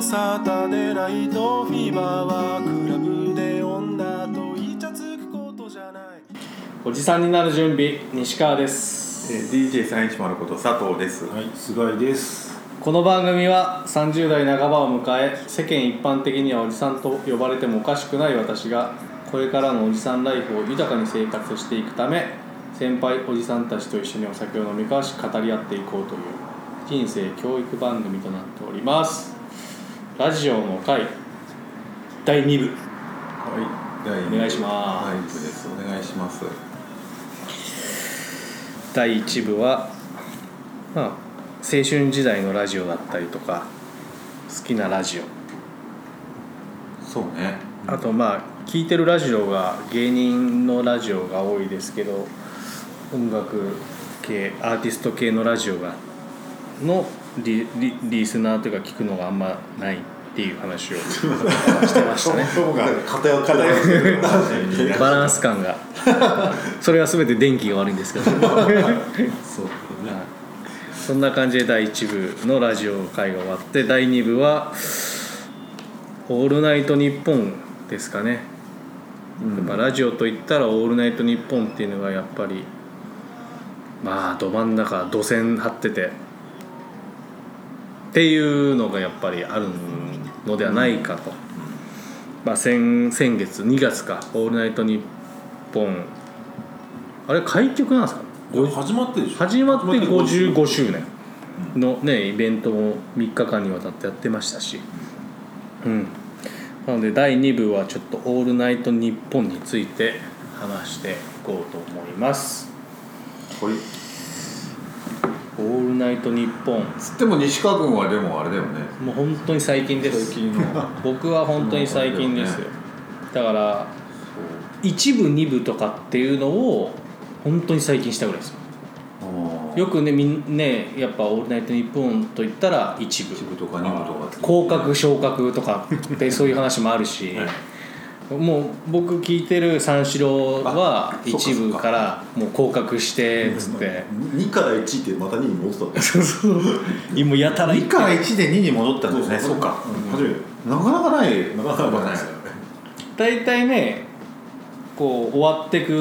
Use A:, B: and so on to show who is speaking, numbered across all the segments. A: サタデーライトフィーバーはクラブで女とイチャつくことじゃない
B: おじさんになる準備西川です、
C: えー DJ310 こと佐藤です、
D: はい、菅井です。
B: この番組は30代半ばを迎え世間一般的にはおじさんと呼ばれてもおかしくない私がこれからのおじさんライフを豊かに生活していくため先輩おじさんたちと一緒にお酒を飲み交わし語り合っていこうという人生教育番組となっておりますラジオの回第2部
C: はい第
B: お願いします
C: 第二部ですお願いします
B: 第1部は、まあ、青春時代のラジオだったりとか好きなラジオ
C: そうね
B: あとまあ聞いてるラジオが芸人のラジオが多いですけど音楽系アーティスト系のラジオがのリリリスナーというか聞くのがあんまないっていう話をしてましたね
D: そうか、偏ってる。
B: バランス感がそれは全て電気が悪いんですけどはい
C: そう
B: そんな感じで第1部のラジオ会が終わって第2部は「オールナイトニッポン」ですかねやっぱラジオといったら「オールナイトニッポン」っていうのがやっぱりまあど真ん中土線張っててっていうのがやっぱりあるのではないかと、まあ、先先月2月か「オールナイトニッポン」あれ開局なんですか
D: 始まってるでしょ。
B: 始まって
D: 50
B: 55周年のねイベントも3日間にわたってやってましたしうんなので第2部はちょっと「オールナイトニッポン」について話していこうと思います
C: はい
B: 「オールナイトニッポン
C: つっても西川君はでもあれだよね」
B: もう本当に最近です
C: 最近のそう
B: 僕は本当に最近ですよだから1部2部とかっていうのを本当に最近したぐらいですよ
C: あー
B: よくねみんねやっぱ「オールナイトニッポン」といったら1部
C: 一部とか二部とかって
B: 降格昇格とかってそういう話もあるし、もう僕聞いてる三四郎は
C: あそっか
B: 一部からもう降格してっつって
D: 二から一ってまた二に戻ったんだよ。
B: 今やたら
C: 二から一で二に戻ったんですね
D: そうそう
C: うん
D: 初めて
C: なかなかない
D: なかなかない
C: なか
B: 大体ねこう終わってく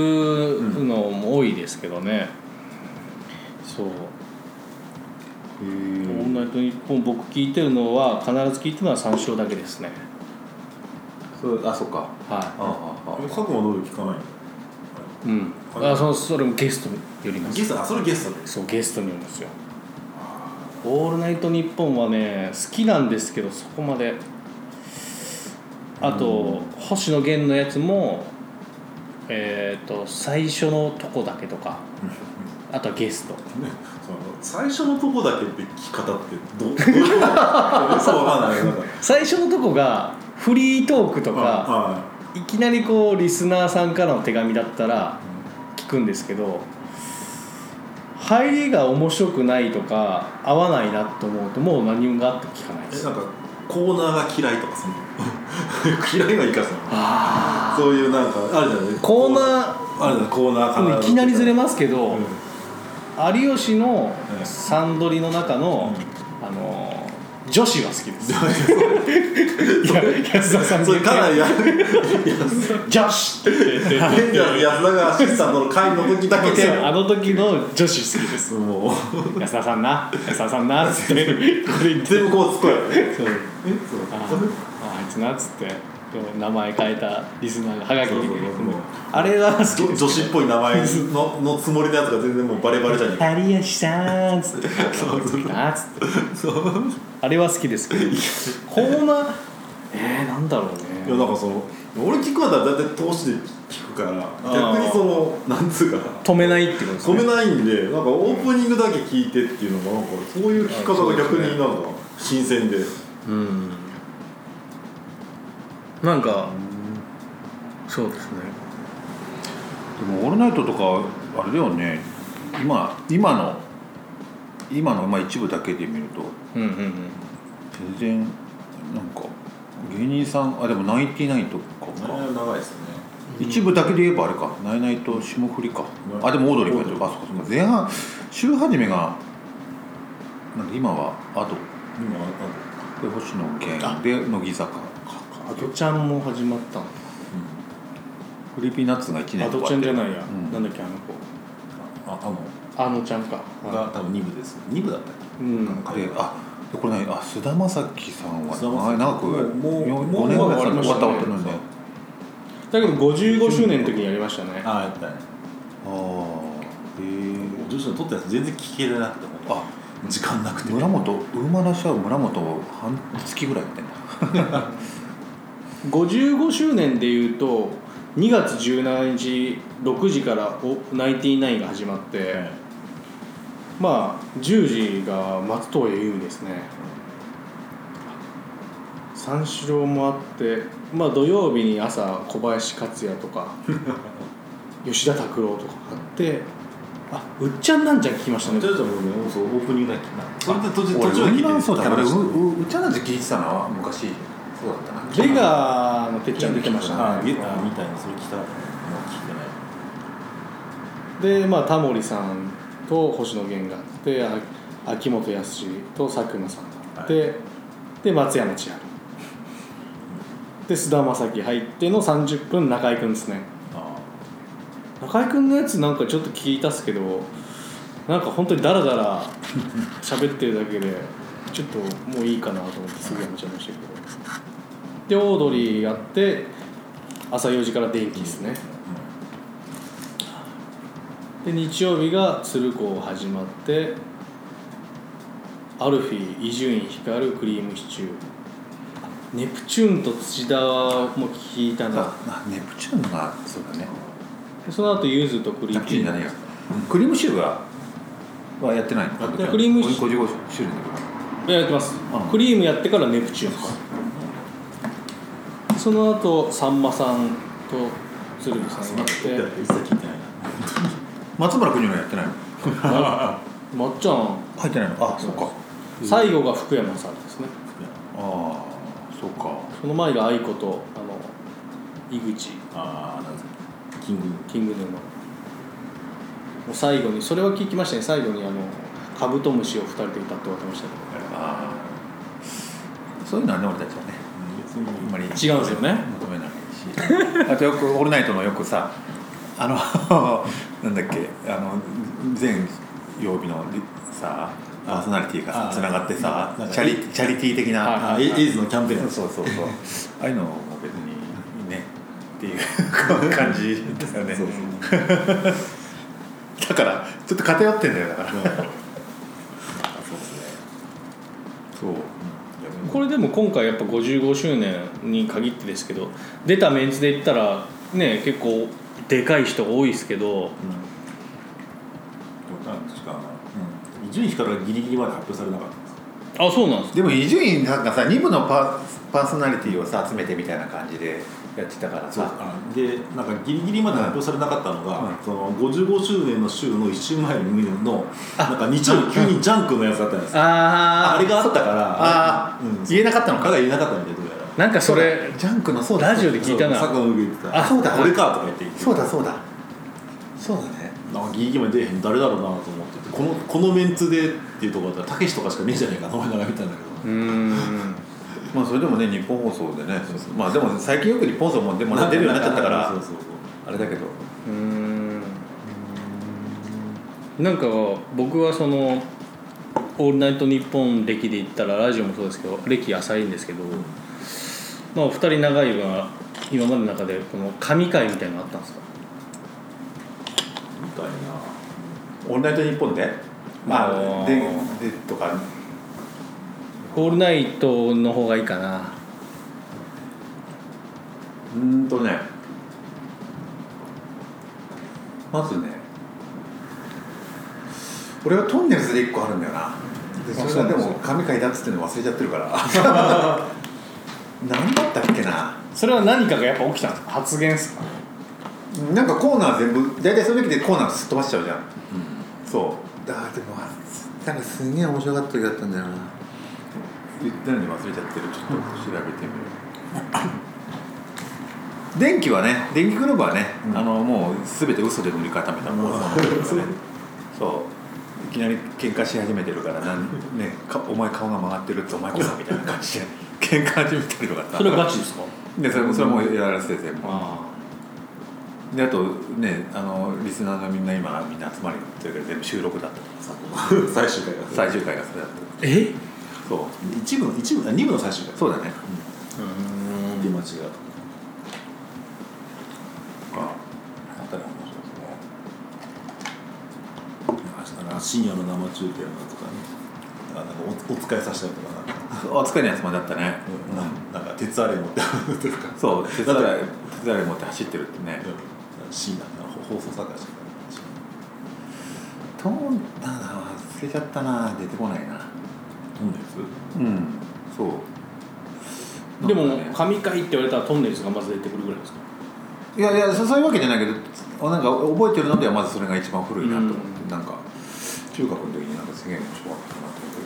B: のも多いですけどね、そう
D: へ
B: 「オ
D: ー
B: ールナイトニッポン」僕聞いてるのは必ず聞いてるのは三四郎だけですね
C: そうあそっか
B: は
C: あああ
D: え佐久間どう聞かないの。
B: い、うん、あそそれもゲストによります
D: ゲスト、あ、それゲストで。
B: そうゲストにいるんですよ「オールナイトニッポン」はね好きなんですけどそこまであと星野源のやつもえっ、と最初のとこだけとかあとはゲスト
D: その最初のとこだけって聞き方ってどどういうことよくわかんないなんか
B: 最初のとこがフリートークとか
D: はい
B: きなりこうリスナーさんからの手紙だったら聞くんですけど入りが面白くないとか合わないなと思うともう何もがあって聞かないで
D: いえ
B: す
D: なんかコーナーが嫌いとかその嫌いがいいかそのそういうなんかあるじゃない
B: コーナ
D: ー
B: ー
D: あるじゃないコーナーか
B: いきなりずれますけど、
D: うん
B: 有吉の
D: うん
B: サンドリの中の、あのー女子が好きですいや安田さん
D: そ
B: に言
D: れ
B: って
D: かなりや
B: 女子って言って
D: 変じゃん安田がアシスタントの会の時だけで
B: あの時の女子好きです
D: もう
B: 安田さんな安田さんなっつってこれ言って
D: 全部こうつっこやね
B: そう
D: えそう
B: あ
D: それ
B: あいつなっつってでも名前変えたリスナーがハガキにて
D: そうそうそうもう
B: あれは好き
D: 女
B: です
D: 女子っぽい名前ののつもりのやつが全然もうバレバレじゃねえか
B: 有吉さんっつってそうなっつってあれは好きですけどコーナーえー、なんだろう
D: いや
B: ね
D: なんかその俺聞くまでは大体通しで聞くから逆にそのなんつうか
B: 止めないってことです
D: 止
B: ね
D: めないんでなんかオープニングだけ聞いてっていうのがなんかそういう聞き方が逆になんか新鮮で
B: うんなんかそうですね
C: でも「オールナイト」とかあれだよね今今の今のまあ一部だけで見ると
B: うんうん
C: 全然なんか芸人さんあでもナインティナインとかか、
D: 長いですね
C: 一部だけで言えばあれかナイナイと霜降りか、
D: うん
C: あでもオードリーもやって
D: オー
C: る
D: ド
C: あ
D: リー
C: そこそこ前半週始めがなんか今はあと
D: 今あ
C: で星野源で乃木坂
B: アドちゃんも始まったの
C: クリーピーナッツが1年
B: アドちゃんじゃないや、
C: うん
B: なんだっけあの
D: ああの
B: 子あのちゃんか、
D: が多分2部です2部だったっけ
B: うん
D: なんか
C: であでこれねあ菅田将暉さんは
D: 菅田将暉
C: 長く
D: もうもう
C: よ5年ぐらい
B: もう
C: 終わった
B: 終わ
C: 終わっ
B: りましたね
C: たので
B: だけど55周年の時にやりましたね
D: ああやったね
C: ああへえ
D: 女子の撮ったやつ全然聞けてなくても
C: あ
D: 時間なくて
C: 村本ウーマラシャウ村本半月ぐらいやってんだ
B: 55周年でいうと2月17日6時からお「ナインティナイン」が始まって、まあ10時が松任谷由実ですね三四郎もあってまあ土曜日に朝小林克也と か吉田拓郎とかあってあうっちゃんなんちゃん聞きましたね
D: ちょっともうねもうそうオープニングだっけなそれで途中
C: 俺
D: 途中
C: ウ
D: で
C: ー
D: 聞いて
C: マ
D: る
C: ンそうだ俺
D: キ
C: ウ
D: ャラの人
C: ーウーチャナジ聞いてたのは昔そうだったな
B: レガーのてっちゃん出てまし
D: あ
B: た
D: あ
B: ね
D: ゲッみたいなそれ来たもう聞いてない
B: でまあタモリさんと星野源があってあ秋元康と佐久間さんがあって、で松山千春で菅田将暉入っての30分中居君ですね
D: あ
B: 中居君のやつなんかちょっと聞いたっすけどなんか本当にダラダ ラ喋ってるだけでちょっともういいかなと思ってすぐやめちゃいましたけどでオードリーやって朝4時から電気ですねで日曜日が鶴光始まってアルフィー伊集院光クリームシチューネプチューンと土田も聞いたな
C: あネプチューンがそうだね
B: でその後ゆずとクリ
C: ネ
B: ーム
C: プチューンじゃねえよクリームシューがはやってないの
B: やってないクリームシ
C: ュー55周年だか
B: いややってます
C: あ
B: クリームやってからネプチューンかその後さんまさんと鶴瓶さん
D: そ
B: が
D: の
B: あっ
D: 一切
B: て
D: 聞いてないな
C: ら松村邦洋やってないの
B: ままっちゃん
C: 入ってないのあそうか
B: 最後が福山さんですね
C: ああそうか
B: その前が愛子とあの井口
D: ああなんだキング
B: キングヌーのもう最後にそれは聞きましたね最後にあのカブトムシを2人で歌って終わってました
C: ああそういうのはね俺たちはね
D: 別に
C: あんまり違うん
B: けど違うんですよね
C: 求めない しあとよく「オールナイト」のよくさあの なんだっけあの全曜日のさパーソナリティが
D: あ
C: つながってさ
D: なんか
C: チャリチャリティー的な、
B: は
D: あエイズのキャンペーン
C: そうそ うそうああいうのも別にねっていう感じだよね
D: そう
C: だからちょっと偏ってんだよだから
D: そうそうですね
C: そう
B: これでも今回やっぱ55周年に限ってですけど出たメンツで言ったらね結構でかい人多いですけど
D: うん。なんですか。伊集院光がギリギリまで発表されなかったんですか。
B: あそうなんです
C: でも伊集院なんかさ2部のパーパーソナリティをさ集めてみたいな感じでやってたからさ
D: あでなんかギリギリまで発表されなかったのが、
C: うん
D: その55周年の週の1週前のなんか日曜日急にジャンクのやつだったんですよ、
B: あ
D: あれがあったから
C: ああ、
D: うん、
C: 言えなかったの
D: か
C: か
D: が言えなかったみたいなどうやら
B: なんかそれ
C: ジャンクのそうだ
B: ラジオで聞いたな
D: そう坂野上言ってた
C: あそうだ
D: これかとか言って言って
C: そうだそうだそうだね
D: なんかギリギリまで出えへん誰だろうなと思っててこのこのメンツでっていうところだったらたけしとかしかねえじゃねえかと思いながら見たんだけど
B: うーん
C: まあそれでもね日本放送でねまあでも最近よく日本放送もでもね出るようになっちゃったから
D: そうそうそう
C: あれだけど
B: うーんなんか僕はその「オールナイトニッポン」歴で言ったらラジオもそうですけど歴浅いんですけど、まあ、お二人長いが今までの中でこの神回みたいなのあったんですか
D: みたいな
C: 「オールナイトニッポンで」ま
B: あ
C: あ
B: ー
C: ででとか
B: 「オールナイト」の方がいいかな
C: うーんとねまずね俺はトンネルズで1個あるんだよなでそれがでも神回だっつってんの忘れちゃってるから何だったっけな
B: それは何かがやっぱ起きたんですか発言ですか
C: なんかコーナー全部大体その時でコーナーすっ飛ばしちゃうじゃん、そうあーでもあなんかすげえ面白かった時だったんだよな言ったのに忘れちゃってるちょっと調べてみる 電気はね電気グループはね、あのもう全て嘘で塗り固めた放送なんだけどねそういきなり喧嘩し始めてるからなん、ね、かお前顔が曲がってるってお前こそみたいな感じで 喧嘩始めたりとかさ
B: それはガチですか
C: でそれもそれもやらせてて
B: あ
C: であとねあのリスナーのみんな今みんな集まりというか全部収録だったからさ
D: 最終回が
C: 最終回がそれだった
B: え
C: そ
D: 一部の一部あ二部の最終回
C: うそうだね
B: うん
D: 出待ちが
C: ああったら面白いですね
D: あ深夜の生中継のとかねあなんかおお疲れさせたりとかなんか
C: お疲れのやつもだったね、
D: うんなんか鉄アレイ持ってとか
C: そう手伝い手伝い持って走ってるってね、
D: 深夜の放送作家しか
C: トーンなんだろうな忘れちゃったな出てこないな
D: トンネルズ
C: うんそう
B: でも
C: なんかね
B: 神回って言われたらトンネルズがまず出てくるぐらいですか
C: いやいやそそういうわけじゃないけどあなんか覚えてるのではまずそれが一番古いなと思って、
B: う
C: なんか中学の時になんかすげえ面白かったなと思って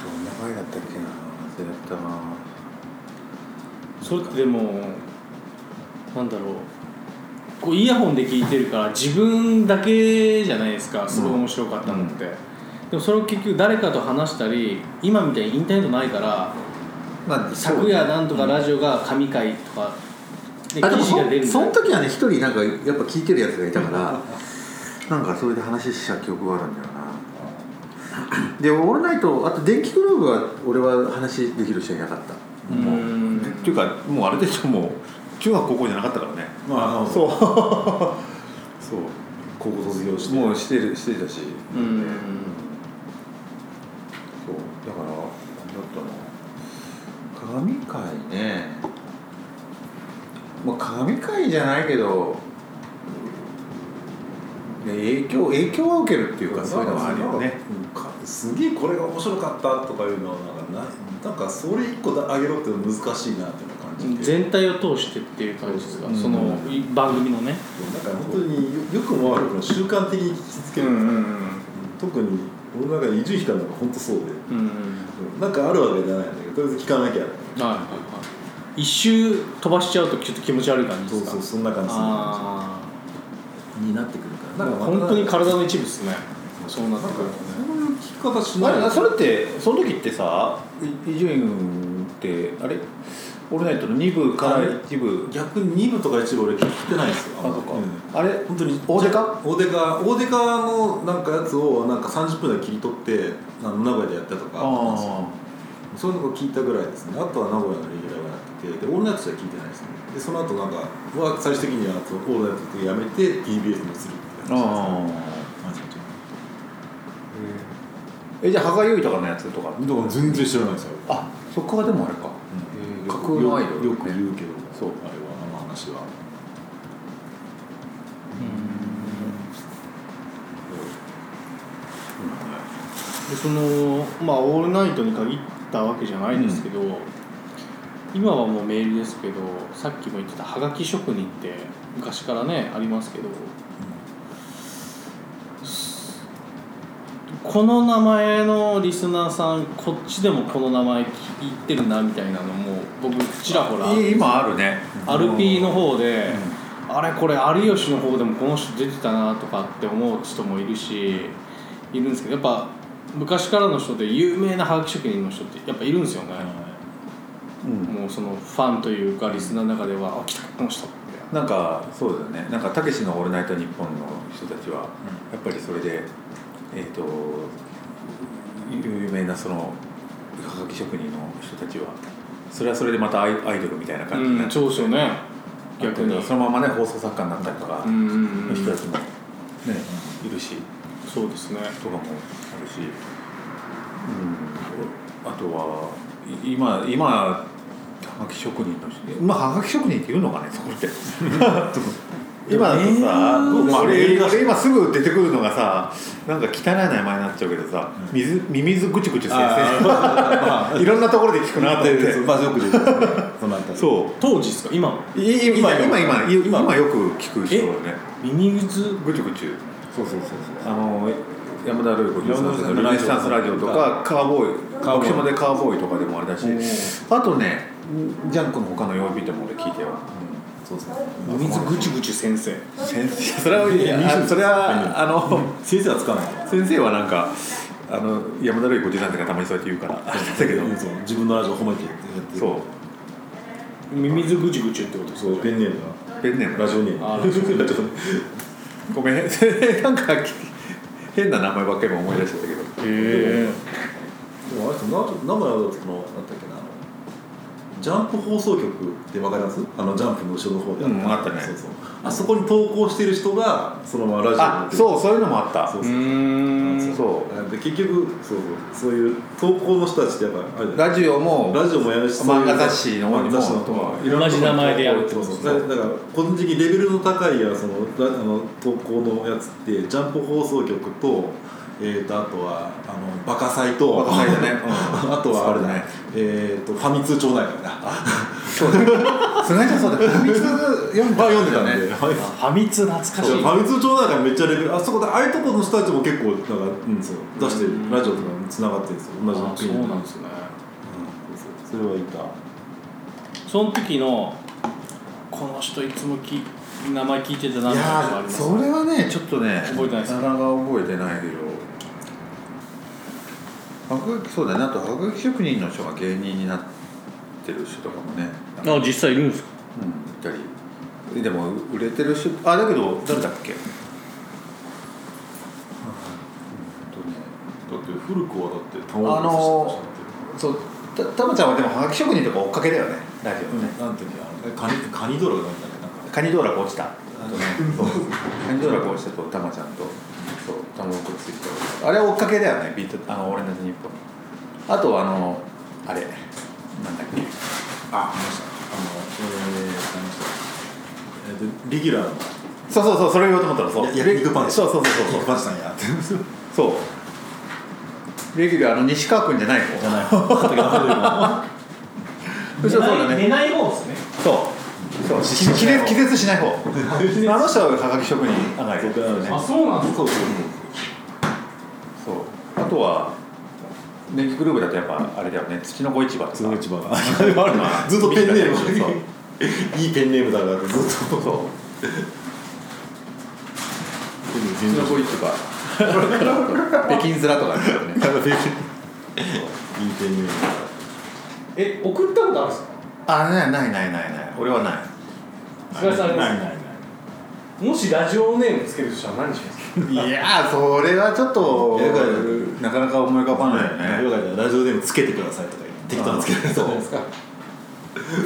C: どんな回だったっけな忘れちゃったな
B: それってでもなんだろうこうイヤホンで聞いてるから自分だけじゃないですかすごい面白かったのって、でもそれを結局誰かと話したり今みたいにインターネットないから
C: まあ
B: 昨夜なんとかラジオが神回とかで
C: あでも
B: 記事が出る
C: そ
B: み
C: そ
B: たい
C: の
B: な
C: 時はね一人なんかやっぱ聞いてるやつがいたからなんかそれで話した記憶があるんだよ なでオールナイトあと電気グルーブは俺は話できる人いなかった
B: うーん
C: っていうかもうあれでしょもう中学高校じゃなかったからね
D: まあ
C: そうそう
D: 高校卒業して
C: もうしてるしてたし
B: うーん
C: そうだからなんだったの鏡会ねまあ鏡会じゃないけどね影響影響は受けるっていうかそういうのはあるよね
D: なんかすげえこれが面白かったとかいうのはなんかないなんかそれ一個だ上げろって難しいなっていうのを感じて
B: 全体を通してっていう感じですか、
C: うん
B: そのい番組のね
D: なんか本当によくも悪くも習慣的に聞きつける、特に俺の中で伊集院光なんか本当そうで、
B: うんうん
D: なんかあるわけじゃないんだけどとりあえず聞かなきゃ
B: はいはいはい一周飛ばしちゃうとちょっと気持ち悪い感じ
D: そ
B: です
D: う
B: か
D: そうそんな感じ
B: ああ
D: になってくるからなんか
B: 本当に体の一部ですねそうなってくるとね
D: そういう聞き方し
C: あ
D: ない
C: れあそれってその時ってさい伊集院ってあれオールナイトの2部から
D: あれ
C: 1部
D: 逆に2部とか1部俺聞いてないんですよ
C: あそっか、
D: うん
C: あれ
D: 本当に
C: 大手か
D: 大手か大手かのなんかやつをなんか30分で切り取ってあの名古屋でやったとか
C: あ
D: そういうのを聞いたぐらいですねあとは名古屋のレギュラーがやっててでオールナイトしか聞いてないですねでその後なんかは最終的にはそのオールナイトってやめて TBS に移るって
C: あ
D: 感
C: あ
D: じですね
C: えじゃあ歯がゆいとかのやつとか
D: だから全然知らないですよ
C: あそこがでもあれ
D: う
C: か、
D: ん
C: えー架空のアイドルね
D: よく言うけど
C: そう
D: あれはあの話は
B: でそのまあオールナイトに限ったわけじゃないですけど、今はもうメールですけどさっきも言ってたはがき職人って昔からねありますけど、この名前のリスナーさんこっちでもこの名前言ってるなみたいなのも僕ちらほら
C: い今あるね
B: アルピーの方で、あれこれ有吉の方でもこの人出てたなとかって思う人もいるしいるんですけどやっぱ昔からの人で有名なハガキ職人の人ってやっぱいるんですよね、
C: うん
B: もうそのファンというかリスナーの中では「あ来たこの人」って
C: なんかそうだよねなんかたけしの「オールナイトニッポン」の人たちは、やっぱりそれでえっ、と有名なそのはがき職人の人たちはそれはそれでまたアイアイドルみたいな感じにな
B: うん
C: っちゃ
B: そうですよね
C: う
B: 逆に
C: そのままね放送作家になったりとか
B: うんうんう
C: の
B: ん
C: 人たちもね、いるし
B: そうですね
C: とかもあるし、うん、あとはい今今はがき職人の人今はがき職人って言うのかねそこって
B: え
C: 今だとさ、
B: ー
C: どうまあ、
D: それ
C: 俺俺今すぐ出てくるのがさなんか汚い名前になっちゃうけどさ、水ミミズぐちぐち先生 いろんなところで聞くなと思って
D: まあよく言うそのあたり
C: そう
B: 当時ですか今も
C: い今今今今今よく聞く人
B: え
C: ね
B: 耳靴
C: ぐちぐち
D: そうそうそうそう
C: あの山田ルイコルネスタンスラジオとかカーボーイ
D: カーボーイ
C: 徳島でカーボーイとかでもあれだしあとねジャンクの他の曜日でも俺聞いてよ、
D: そうですね
B: お水ぐちぐち先生
C: 先生それはいやあそれはあの
D: 先生はつかないと
C: 先生はなんかあの山田るいごじいさんとかたまにそうやって言うからあれだけど
D: そう自分のラジオ褒めてやって
C: そ
B: ミミズぐちぐちってことです
D: そうペンネーム
C: うペンネー
D: が
C: ム
D: ラジオネーム
B: あラジオネーム
D: ちょっと
C: ごめん なんか変な名前ばっかり今思い出しちゃったけど
B: へえ
D: でもあれですよな名古屋だとのなんだったっけなあのジャンプ放送局ってわかりますあのジャンプの後ろの方で
C: うんあったね
D: そうそうあそこに投稿してる人がそのままラジオに
C: あそうそういうのもあった
D: そうう
B: ー
D: そうん
C: そう
D: で結局そうそうそういう投稿の人たちってやっぱあれじゃない
C: ラジオも
D: ラジオもやるし
C: 漫画雑誌の方にも
D: 漫画雑誌の方も
B: 同じ名前でやるって
D: そ
B: こ
D: う
B: と
D: そ
B: で
D: う
B: す
D: だ
B: ね
D: だから個人的にレベルの高いやそのラあの投稿のやつってジャンプ放送局と,、えー、とあとはあのバカサイと
C: バカサイ だねうん
D: あとはあれだ
C: そうだ
D: ね
C: ね
D: えー、とファミ通町内会だ
C: そう だ菅井ちゃんそうだファミ通読んで
D: あ読んでたね
C: ね
D: ファミ
B: あファミ通懐かしい
D: 通町内会めっちゃレベルあそこでああいうところの人たちも結構なんか、うん、そう出してるラジオとかにつながってるんですよ同じ
B: あ
D: の
B: そう
D: 国で
B: なんですね
D: うんそうそうそれはいた
B: その時のこの人いつもき名前聞いてたなみ
C: い
B: たいなのがあり
C: やー
B: ます
C: それはねちょっとね
B: 覚えてないです
C: なかなか覚えてないけど白劇そうだねあと白劇職人の人が芸人になってる人とかもねなんか
B: あ実際いるんですか
C: うんいたりでも売れてる人あだけど誰だっけ、うん
D: だって古くはだってタ
C: あのーそうたたまちゃんはでもはがき職人とか追っかけだよねラジオね、
D: なんていうのカニカニドラがなんだねなんか
C: カニ道楽落ちたあとねカニ道楽落ちたとたまちゃんとそうたまごっこついてあれ追っかけだよねビートあの俺の日本あとあのあれなんだっけ
D: あ、見ました。あの、えー、見ました。えっ、と、レギュラーの。
C: そうそうそうそれを言おうと思ったらそう
D: いや焼肉パンチ
C: そうそうそ
D: キ
C: うそ
D: ッ
C: う
D: クパンチさんやって。じ
C: そうレギュラーあの西川君じゃないの
D: ゃない。あ
C: そうそうだね
B: 寝ない方ですね
C: そうそう気絶気絶 しない方あの人ははがき職人上がり
D: そうだよね
B: あそうなんですか
D: そうそう
C: そうあとは電気グループだとやっぱあれだよね土の子市場とか
D: そう。市場が。
C: あるな
D: ずっとペンネーム。
C: そう
D: いいペンネームだから、ずっと。
C: そう
D: 全
C: 土の
D: 然
C: 子市 場北京面とかあるよね
D: いいペンネームだから。
B: え送ったことあるんですか
C: あないないないないない俺はない
B: 菅井さんあります
D: ないないない。
B: もしラジオネームつけるとしたら何しますか
C: いやーそれはちょっと
D: やだよ
C: なかなか思い浮かばない
D: よ
C: よ
D: か
C: ね
D: ったらラジオでもつけてくださいとか言って適当につけてください
B: ですか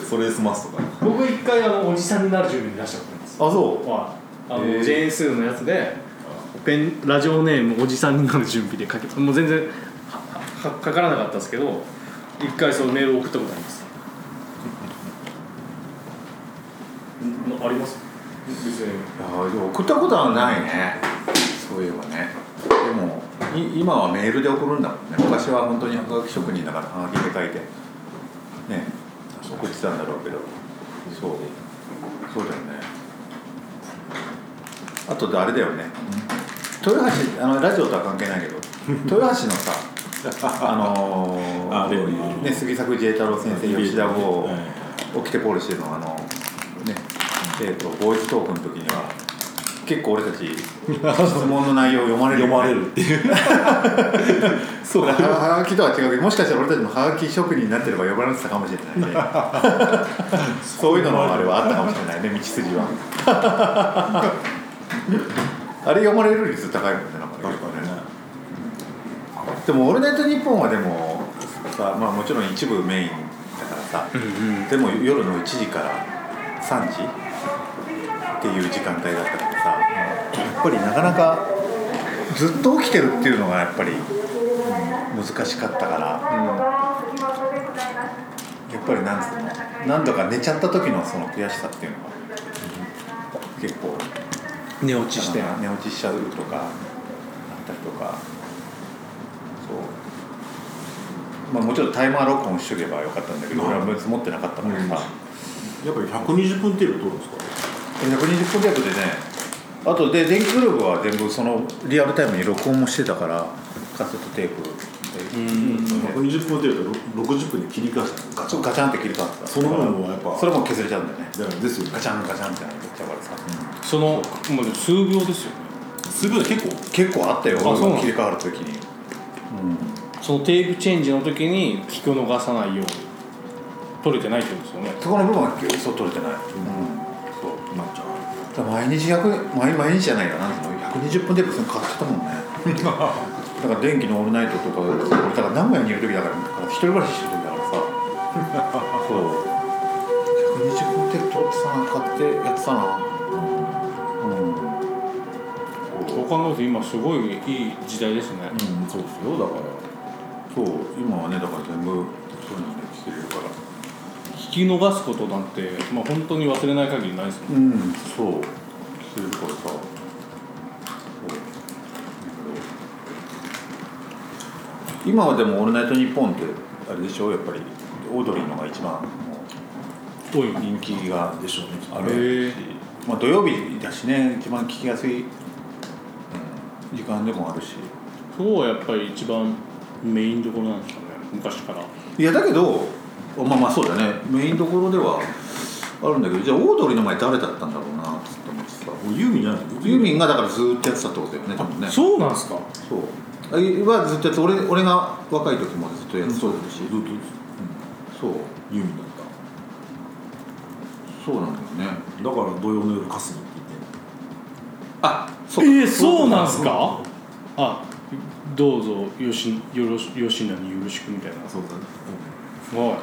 D: それで済ますとか
B: 僕一回あのおじさんになる準備に出したことあります
C: あそう
B: はいあの、
C: へー
B: JN2 のやつでペンラジオネームおじさんになる準備で書けたもう全然ははかからなかったですけど一回そのメールを送ったことありますんあります別に
C: いやーでも送ったことはないねそういえばねでもい今はメールで送るんだもんね昔は本当にはがき職人だからはがきで書いてね送ってたんだろうけどそうそうだよねあとであれだよね豊橋あのラジオとは関係ないけ ど豊橋のさあの ー
D: あ例の
C: ね、杉作慈太郎先生吉田剛、起きてポールしてるのあのねえー、とボーイズトークの時には結構俺た ち質問の内容読まれる
D: 読まれ
C: る
D: るっていう
C: そうははがきとは違うけどもしかしたら俺たちもはがき職人になってれば呼ばれてたかもしれない ねそういうのもあれはあったかもしれないね道筋は あれ読まれる率高いもんねなんかねでも「オールナイトニッポン」はでもさ、まあ、もちろん一部メインだからさ、でも夜の1時から3時っていう時間帯だったからさやっぱりなかなかずっと起きてるっていうのがやっぱりうん難しかったからやっぱりなんつうの何度か寝ちゃった時のその悔しさっていうのが結構
B: 寝落
C: あの寝落ちしちゃうとかあったりとかそうまあもちろんタイマー録音しとけばよかったんだけど、
D: まあ
C: 俺は別に持ってなかったからさ、
D: やっぱり120分程度取るんですか
C: 120分弱でねあとで電気グループは全部そのリアルタイムに録音もしてたからカセットテープで
B: うん
D: なんか20分出るとろ60分で切り替わってガ
C: ガ
D: チ
C: チ
D: ャン
C: ャンガチャンって切り替わってた
D: その分もやっぱ
C: それも削れちゃうんだよね
D: だよですよ
C: ガチャンガチャンってなっちゃうからさ、
B: そのもう数秒ですよね数秒で結構
C: 結構あったよ
B: あそうなの
C: 切り替わるときに
B: そのテープチェンジの時に聞き逃さないように取れてないってことですよね
C: そこの部分はそう取れてない、そう
D: なっちゃう
C: だから毎日100毎毎日じゃないかなでも120分テープそれ買ってたもんね だから電気のオールナイトとか俺だから名古屋にいる時だから一人暮らししてる時だからさそう120分テープ取ってたな買ってやってたなうん、
B: そう考えると今すごいいい時代ですね、
D: うんそうですよだから
C: そう今はねだから全部そういうので聞けるから
B: 聞き逃すことなんて、まあ、本当に忘れない限りないですもん
C: うんそう聞けるからさそうだけど今はでも「オールナイトニッポン」ってあれでしょやっぱりオードリーのが一番
B: 多い
C: 人気がでしょうねあ
B: へ
C: る
B: え
C: し、まあ、土曜日だしね一番聞きやすい、うん時間でもあるし
B: 今日はやっぱり一番メインどころなんですかね昔から
C: いやだけどまあまあそうだねメインどころではあるんだけどじゃあオードリーの前誰だったんだろうなって思ってさ
D: もうユーミンじゃない
C: ユーミンがだからずーっとやってたってことだよね多分ねう
B: そうなんですか
C: そうあれはずっとやって俺俺が若い時もずっとやってたし、
D: そうだしずっとうん
C: そう
D: ユーミンだった
C: そうなんだよね
D: だから土曜の夜かすみって
C: あ
B: えー、そうなんですかあどうぞよしよろし吉野によろしくみたいな
D: そうだね
B: は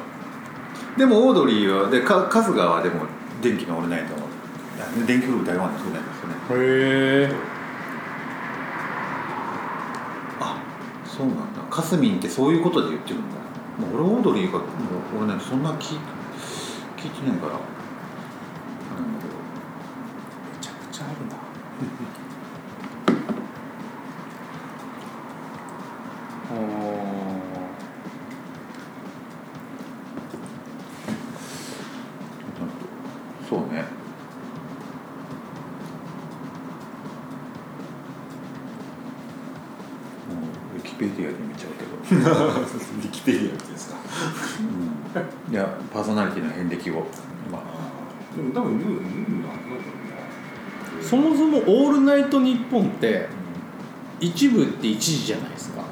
B: い
C: でもオードリーはでか春日はでも電気の俺ないと思ういや電気グループ台湾のそうなんですよね
B: へえ
C: あそうなんだかすみんってそういうことで言ってるんだもう俺オードリーがもう俺ねそんな聞い聞いてないからなんだけど
B: めちゃくちゃあ るな
C: そうねウィキペディアで見ちゃう けど、
D: ウィキペディアみたいですか
C: いやパーソナリティの遍歴を今
D: でも多分ユーミンなんだろう
B: そもそも「オールナイトニッポン」って一部って1時じゃないですか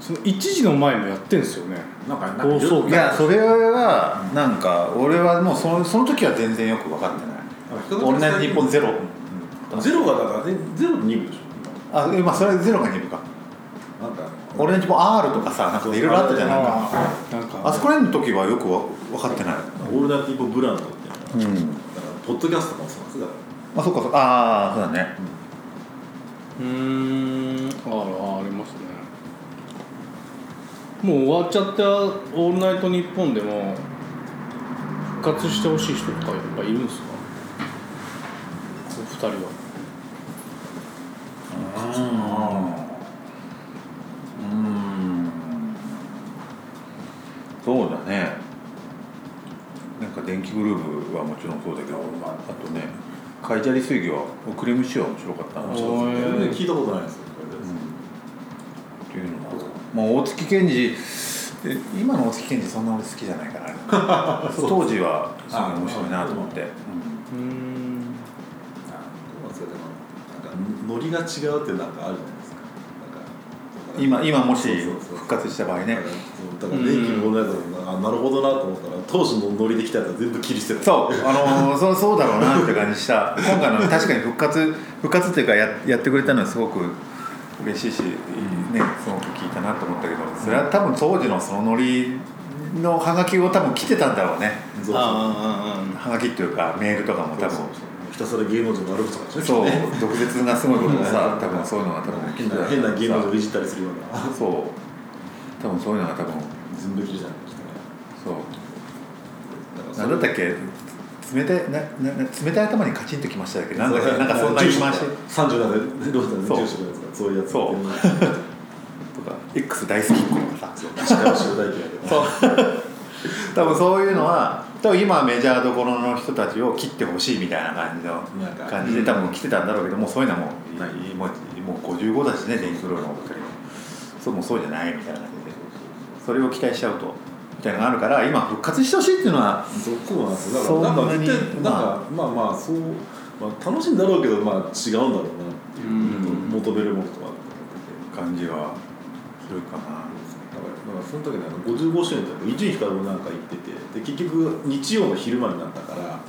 B: その1時の前もやってんですよね
D: なんかなんか
B: 放送
C: いやそれはなんか俺はもうそのその時は全然よく分かってない「オンライトニッポンゼロ
D: ゼロがだからねゼロと二部でしょ
C: あえまあそれはゼロが2部か
D: 今なんか
C: 「オンライトニッポン R」とかさなんかいろいろあったじゃんないか
B: なんか
C: あそこら辺の時はよくわ分かってない
D: オールナイトニッポンブランドっていうのが
C: うん
D: だからポッドキャストもそうなんですだか
C: あそっかそっかああそうだね
B: うーんあらありますねもう終わっちゃった「オールナイトニッポン」でも復活してほしい人とかやっぱいるんですかお二人は
C: うんそうだねなんか電気グルーヴはもちろんそうだけど、まあ、あとねカイジャリ水魚は「クレームシは面白かったな
B: お
C: っ
B: ー
C: て
D: ら全然聞いたことないですよこれです
C: いうのも、まあ、大月健二え今の大月健二そんな俺好きじゃないから あれそう当時はすごい面白いなと思って、
B: うーん
D: あどうなんですかでもなんかノリが違うってなんかあるじゃないですかなんか
C: 今今もし
D: そうそうそう
C: 復活した場合ね
D: だから電気のオールナイトニッポンあなるほどなと思ったら当時のノリで来たやつは全部切り捨てた
C: そう、あのー、そうそうだろうなって感じした今回の確かに復活復活っていうかややってくれたのはすごく嬉しいし、ねすごく聞いたなと思ったけどそれは多分当時のそのノリのハガキを多分来てたんだろうね
D: そうそう
B: ああ
C: ハガキっていうかメールとかも多分
D: そうそうひたすら芸能人の悪口とかでしょ
C: そう
D: ね
C: 毒舌なすごいことをさ
D: うん
C: 多分そういうのが多分
D: 変な変な芸能人をいじったりするような
C: そう多分そういうのが多分
D: 全部切りじゃないですかね
C: そう
D: ら
C: なんだったっけ冷たいななな冷たい頭にカチンときましただっけなんだっけなんかそんな言い回し
D: 三十七でロータの
C: そう
D: 住所のやつがそういうやつ
C: そう とか X 大好きっ子とかさ
D: 石川修大嫌いで
C: そう多分そういうのは多分今はメジャーどころの人たちを切ってほしいみたいな感じの
D: なんか
C: 感じで多分来てたんだろうけどもうそういうのはもう
D: ない
C: もうもう55だしね電気フローのお二人はそうもうそうじゃないみたいな感じでそれを期待しちゃうとみたいなのがあるから今復活してほしいっていうのは
D: そこなんですよ
C: そん
D: だ
C: な
D: からなんか
C: に
D: 絶対なんかまあまあそう、まあ、楽しいんだろうけどまあ違うんだろうなっていう、
B: うん
D: 求めるものとか
C: 感じはするかな
D: だからなんかその時のあの55周年とか伊集院光もなんか行っててで結局日曜の昼間になったから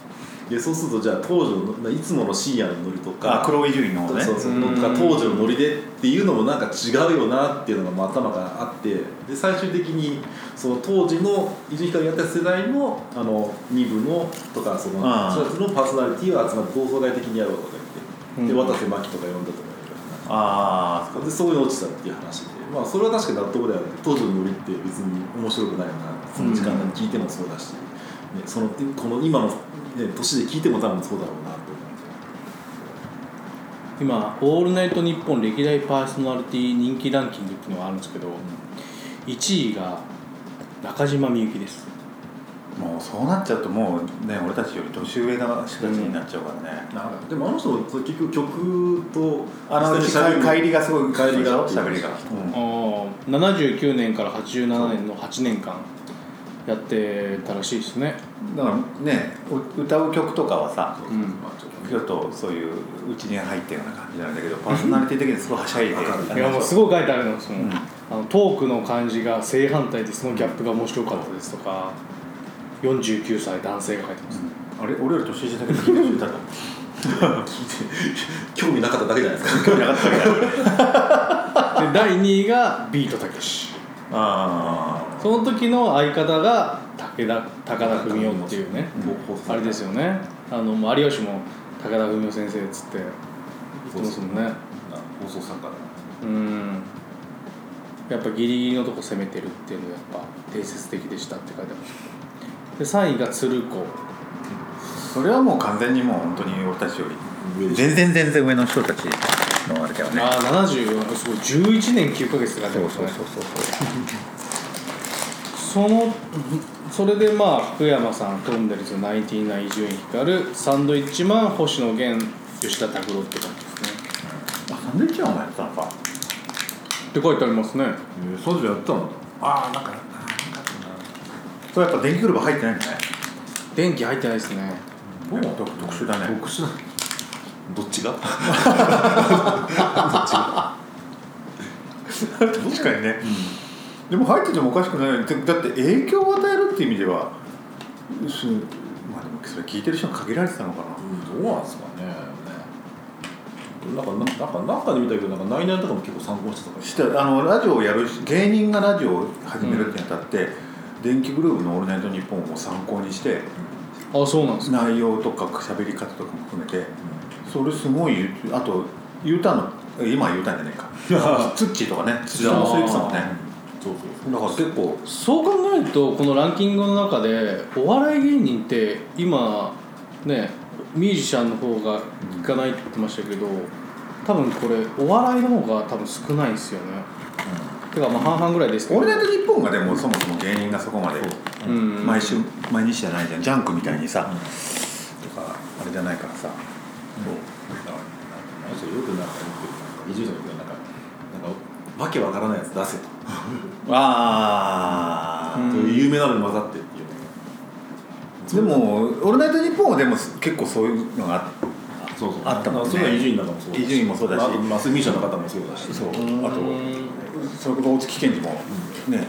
D: でそうするとじゃあ当時のまあいつもの深夜のノリとか
C: あ黒い順位の方
D: そう
C: ね
D: そうそう
B: うん
D: なんか当時のノリでっていうのもなんか違うよなっていうのがもう頭があってで最終的にその当時の伊集院光がやった世代のあの2部のとかその
C: ああ
D: 人たちのパーソナリティを集まって同窓会的にやろうとか言ってで
B: うん
D: 渡瀬真希とか呼んだとか言うから
C: ああ
D: でそういうの落ちたっていう話で、まあ、それは確かに納得だよね当時のノリって別に面白くないよなその時間で聞いてもそうだし、ね、そのこの今の、ね、年で聞いても多分そうだろうなと思
B: 今「オールナイトニッポン」歴代パーソナリティ人気ランキングっていうのがあるんですけど、1位が中島みゆきです
C: もうそうなっちゃうともうね俺たちより年上の人たちになっちゃうからね、
D: なんかでもあの人も結局曲と
C: あの
D: 実際に喋る
C: 帰りがすごい
D: 帰りが
C: しゃべりが、
B: あー79年から87年の8年間やってたらしいですね
C: だからねう歌う曲とかはさ
B: うん
D: まあちょっと
C: ちょっとそういううちに入ったような感じなんだけどパーソナリティ的にすごいはしゃいで
D: わかる
B: いやもうす
C: い
B: ごい書いてあるのその,、
C: うん
B: あのトークの感じが正反対でそのギャップが面白かったですとか49歳男性が書いてます、
C: あれ俺より年下だけど聞いてたと
D: 興味なかっただけじゃないですか
C: 興味なかったみたい
B: で
C: な
B: 第2位がビートたけし
C: あ
B: その時の相方が武田高田文雄っていうねあれですよねあのもう有吉も高田文雄先生っつって言ってますもんね
D: 放送作家だ
B: うんやっぱギリギリのとこ攻めてるっていうのがやっぱ定説的でしたって書いてありましたで3位が鶴子
C: あそれはもう完全にもう本当に俺たちよ
D: 上
C: り
D: でしょ
C: 全然全然上の人たちのあれだよね
B: ああ74すごい11年9ヶ月って書いてあ
C: そ
B: り
C: う
B: ます
C: そう
B: ね
C: そうそう
B: そのそれでまあ福山さんトンネルズナインティナイン伊集院光サンドイッチマン星野源吉田拓郎って感じですね
C: あサンドイッチマンもやってたのか
B: って書いてありますね
D: えーその時やったんだ
C: ああなんかなんかそれやっぱ電気グループ入ってないんだね
B: 電気入ってないですね
C: もう特特殊だね
D: 特殊などっちが
C: 確かにね、でも入っててもおかしくないよねだだって影響を与えるっていう意味ではすまあでもそれ聞いてる人が限られてたのか
D: う
C: な
D: んどうなんですかねなんかななんかなんかで見たけどなんかナイナイとかも結構参考にしてたから
C: したあのラジオをやる芸人がラジオを始めるってにあたって、電気グループの「オールナイトニッポン」を参考にして
B: あそうなんですか
C: 内容とか喋り方とかも含めてそれすごいあと U ターンのえ今は U ターンじゃない かツッチーとかね土田もそう言ってたもんね
D: そうそう
C: だから結構
B: そう考えるとこのランキングの中でお笑い芸人って今ねミュージシャンの方がいかないって言ってましたけど多分これお笑いの方が多分少ないんですよね、てかまあ半々ぐらいです
C: 「オールナイトニッポン」がでもそもそも芸人がそこまで
B: うん
C: 毎週毎日じゃないじゃんジャンクみたいにさ、とかあれじゃないから
D: あ
C: さ、
D: の人よくなんか言ってる伊集院さんみたいななんかなんかわけわからないやつ出せと、
C: ああ
B: うん
D: という有名なのに混ざってっていうね
C: でも「オールナイトニッポン」はでも結構そういうのが
D: そうそう
C: あったもんね
D: それは伊集院なんかもそうだし
C: 伊集院もそうだし
D: あとマスミュージシャンの方もそうだし
C: そうあと
B: うん
C: それこそ大月健二もね、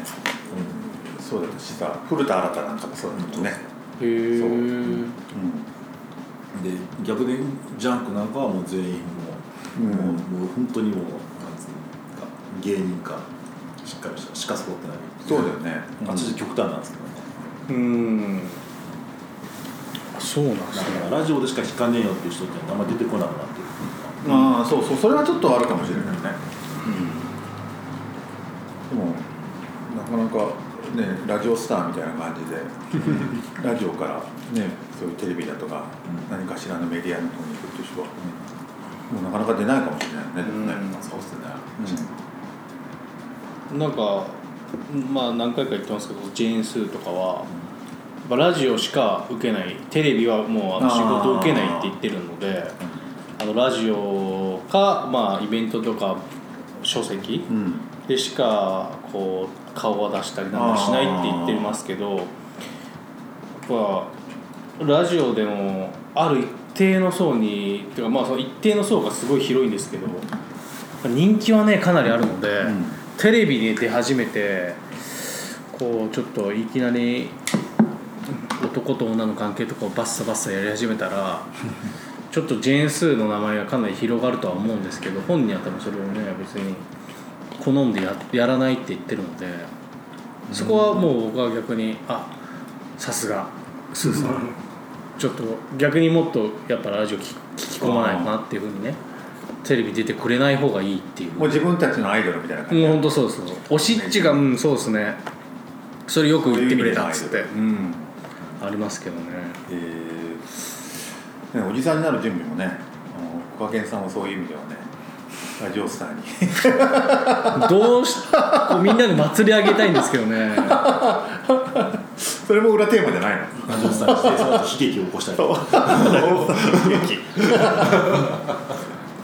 C: そうだったしさ古田新太なんかもそうだったもんね、
B: へえ
C: そう
D: で逆でジャンクなんかはもう全員もう,、
C: うん
D: もうもう本当にもうなんつうのか芸人かしっかりしたしかそこってない
C: そうだよね、
D: あっちで極端なんですけどね
B: うんそうなんです
D: だ
B: ね
D: からラジオでしか聞かねえよっていう人ってあんまり出てこなくなってる
C: ああそうそうそれはちょっとあるかもしれないね、でもなかなかねラジオスターみたいな感じで ラジオからねそういうテレビだとか、何かしらのメディアの方に行くっていう人は、もうなかなか出ないかもしれないよね、
B: うん
C: でもねそうっすね、
B: なんかまあ何回か言ってますけどジェーン・スーとかは、やっぱラジオしか受けないテレビはもうあの
C: あー
B: 仕事受けないって言ってるのであのラジオか、まあ、イベントとか書籍
C: うん
B: でしかこう顔は出したりなんかしないって言ってますけどやっぱラジオでもある一定の層にていうかまあその一定の層がすごい広いんですけど人気はねかなりあるので、テレビに出始めてこうちょっといきなり男と女の関係とかをバッサバッサやり始めたらちょっとジェーン・スーの名前がかなり広がるとは思うんですけど本人は多分それをね別に好んでややらないって言ってるのでそこはもう僕は逆にあさすがスーさんちょっと逆にもっとやっぱラジオ聞聞き込まないとなっていうふうにねテレビ出てくれない方がいいっていう
D: もう自分たちのアイドルみたいな感
B: も
D: じ
B: う
D: だ
B: 本当そうですおしっちがうんそうですねそれよく売ってみれたっつって
D: うん
B: ありますけどね
D: えーねおじさんになる準備もねあのこがけんさんもそういう意味ではねラジオスターに
B: どうしこうみんなで祭り上げたいんですけどね
D: それも裏テーマじゃないの
C: ラジオスターにしてその後悲劇を起こしたりとか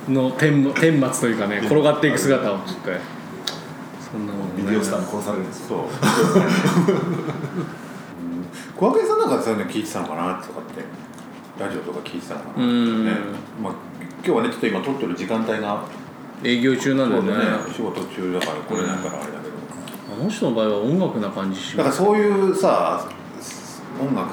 B: の天天末というかね転がっていく姿をちょっとそんなもん
C: ビ
B: ね
C: デオスターに殺されるんです
D: そ
C: よ
D: ううん小涌さんなんかそういうの聞いてたのかなとかってラジオとか聞いてたのかなとか
B: うん
D: ねまあ、今日はねちょっと今撮ってる時間帯が
B: 営業中なんだよね
D: お仕事中だからこれだからあれだけど、
B: あの人の場合は音楽な感じし
D: だか
B: ま
D: ら
B: す
D: そういうさ音楽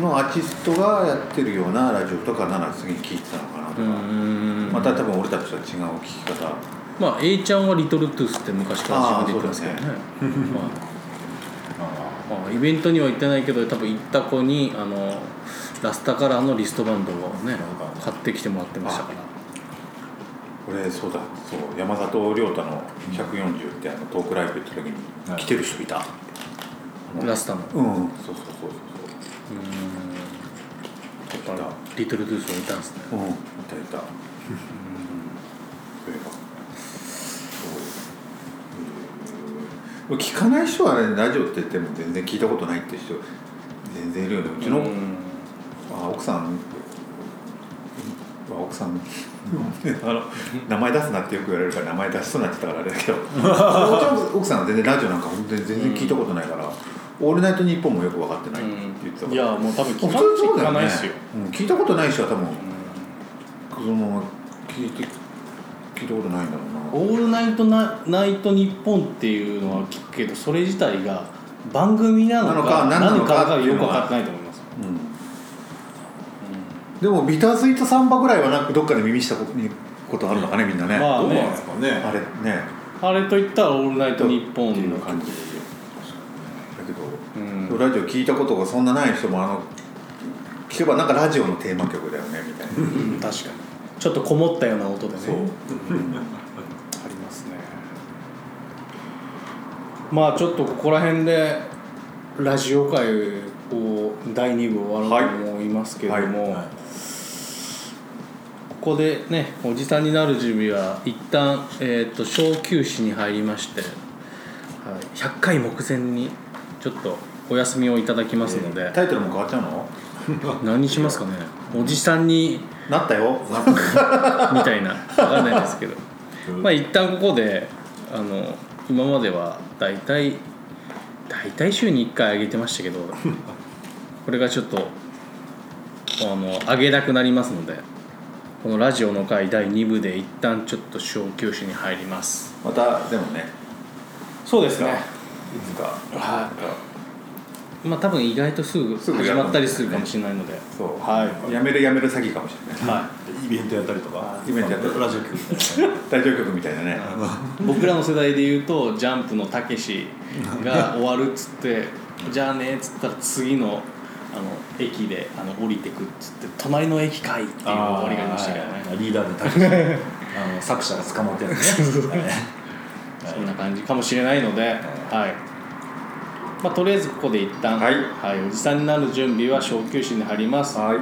D: のアーティストがやってるようなラジオとかなら次に聞いてたのかなとか、
B: うん
D: また多分俺たちとは違う聞き方
B: まあ A ちゃんは「リトルトゥース」って昔から自分で言ってますけどねまあ
C: あ
B: まあイベントには行ってないけど多分行った子にあのラスタカラーのリストバンドをね買ってきてもらってましたから
D: 俺そうだそう山里亮太の140ってあのトークライブ行った時に
C: はい
D: 来てる人いた、あ
B: ラスタの
D: うんそうそうそうそう
B: やっぱリトルトゥースがいたんですね
D: うんいたいたうんそういえばそううん聞かない人はねラジオって言っても全然聞いたことないって人全然いるよねうちの、あ奥さんは奥さ んあの名前出すなってよく言われるから名前出しそうになってたからあれだ けどうちの奥さんは全然ラジオなんか本当に全然聞いたことないから「オールナイトニッポン」もよく分かってないって言ってたから、
B: もう多分
D: 普通そうだよねうん聞いたことない人は多分そのまま聞いて聞いたことないんだろうな
B: オールナイトナナイトニッポンっていうのは聞くけどそれ自体が番組なのか
D: なのか何な
B: 何
D: のか
B: かがよく分かってないと思います
D: うんでもビタースイートサンバぐらいはなんかどっかで耳したことあるのかねみんなね、
B: まあ
C: あどう
B: ね
C: なんですかね
D: あれね
B: あれといったら「オールナイトニッポ
D: ってい
B: ン」の
D: う感
B: 感
D: じ
B: じ
D: だけど、
B: うん
D: ラジオ聞いたことがそんなない人もあの聞けばなんかラジオのテーマ曲だよねみたいな
B: うん確かにちょっとこもったような音でね
D: そう
B: ありますねまあちょっとここら辺でラジオ界を第2部終わろうと思いますけれども、
C: あはい
B: ここでねおじさんになる準備は一旦えっ、と小休止に入りまして、はい、100回目前にちょっとお休みをいただきますので、
D: タイトルも変わっちゃうの
B: 何にしますかねおじさんに
D: なったよ
B: みたいな分かんないですけどまあ一旦ここであの今までは大体大体週に1回上げてま したけどこれがちょっとあの上げなくなりますのでこのラジオの回第2部で一旦ちょっと小休止に入ります
D: またでもね
B: そうです
D: ねいつか
B: は
D: なんか
B: いまあ多分意外とすぐ
D: すぐ
B: 始
D: やる
B: まったりするかもしれないので
D: そう、
B: はい
D: やめるやめる詐欺かもしれない
B: は
C: イベントやったりとか
D: イベントやったりとか
C: ラジオ局みたい な
D: 大丈夫曲みたいなね
B: い僕らの世代で言うとジャンプのたけしが終わるっつってじゃあねっつったら次のあの駅であの降りてくっつって隣の駅かいっていう終わりがありましたけどね
C: あーリーダーで確 かあの作者が捕まってるんですねはい
B: そんな感じかもしれないので、はいまあ、とりあえずここで一旦、
D: はい
B: おじさんになる準備は小休止に入ります、
D: はい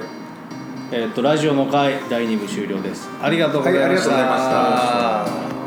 B: えっとラジオの回第2部終了ですありがとうございました、
D: はいありがとうございました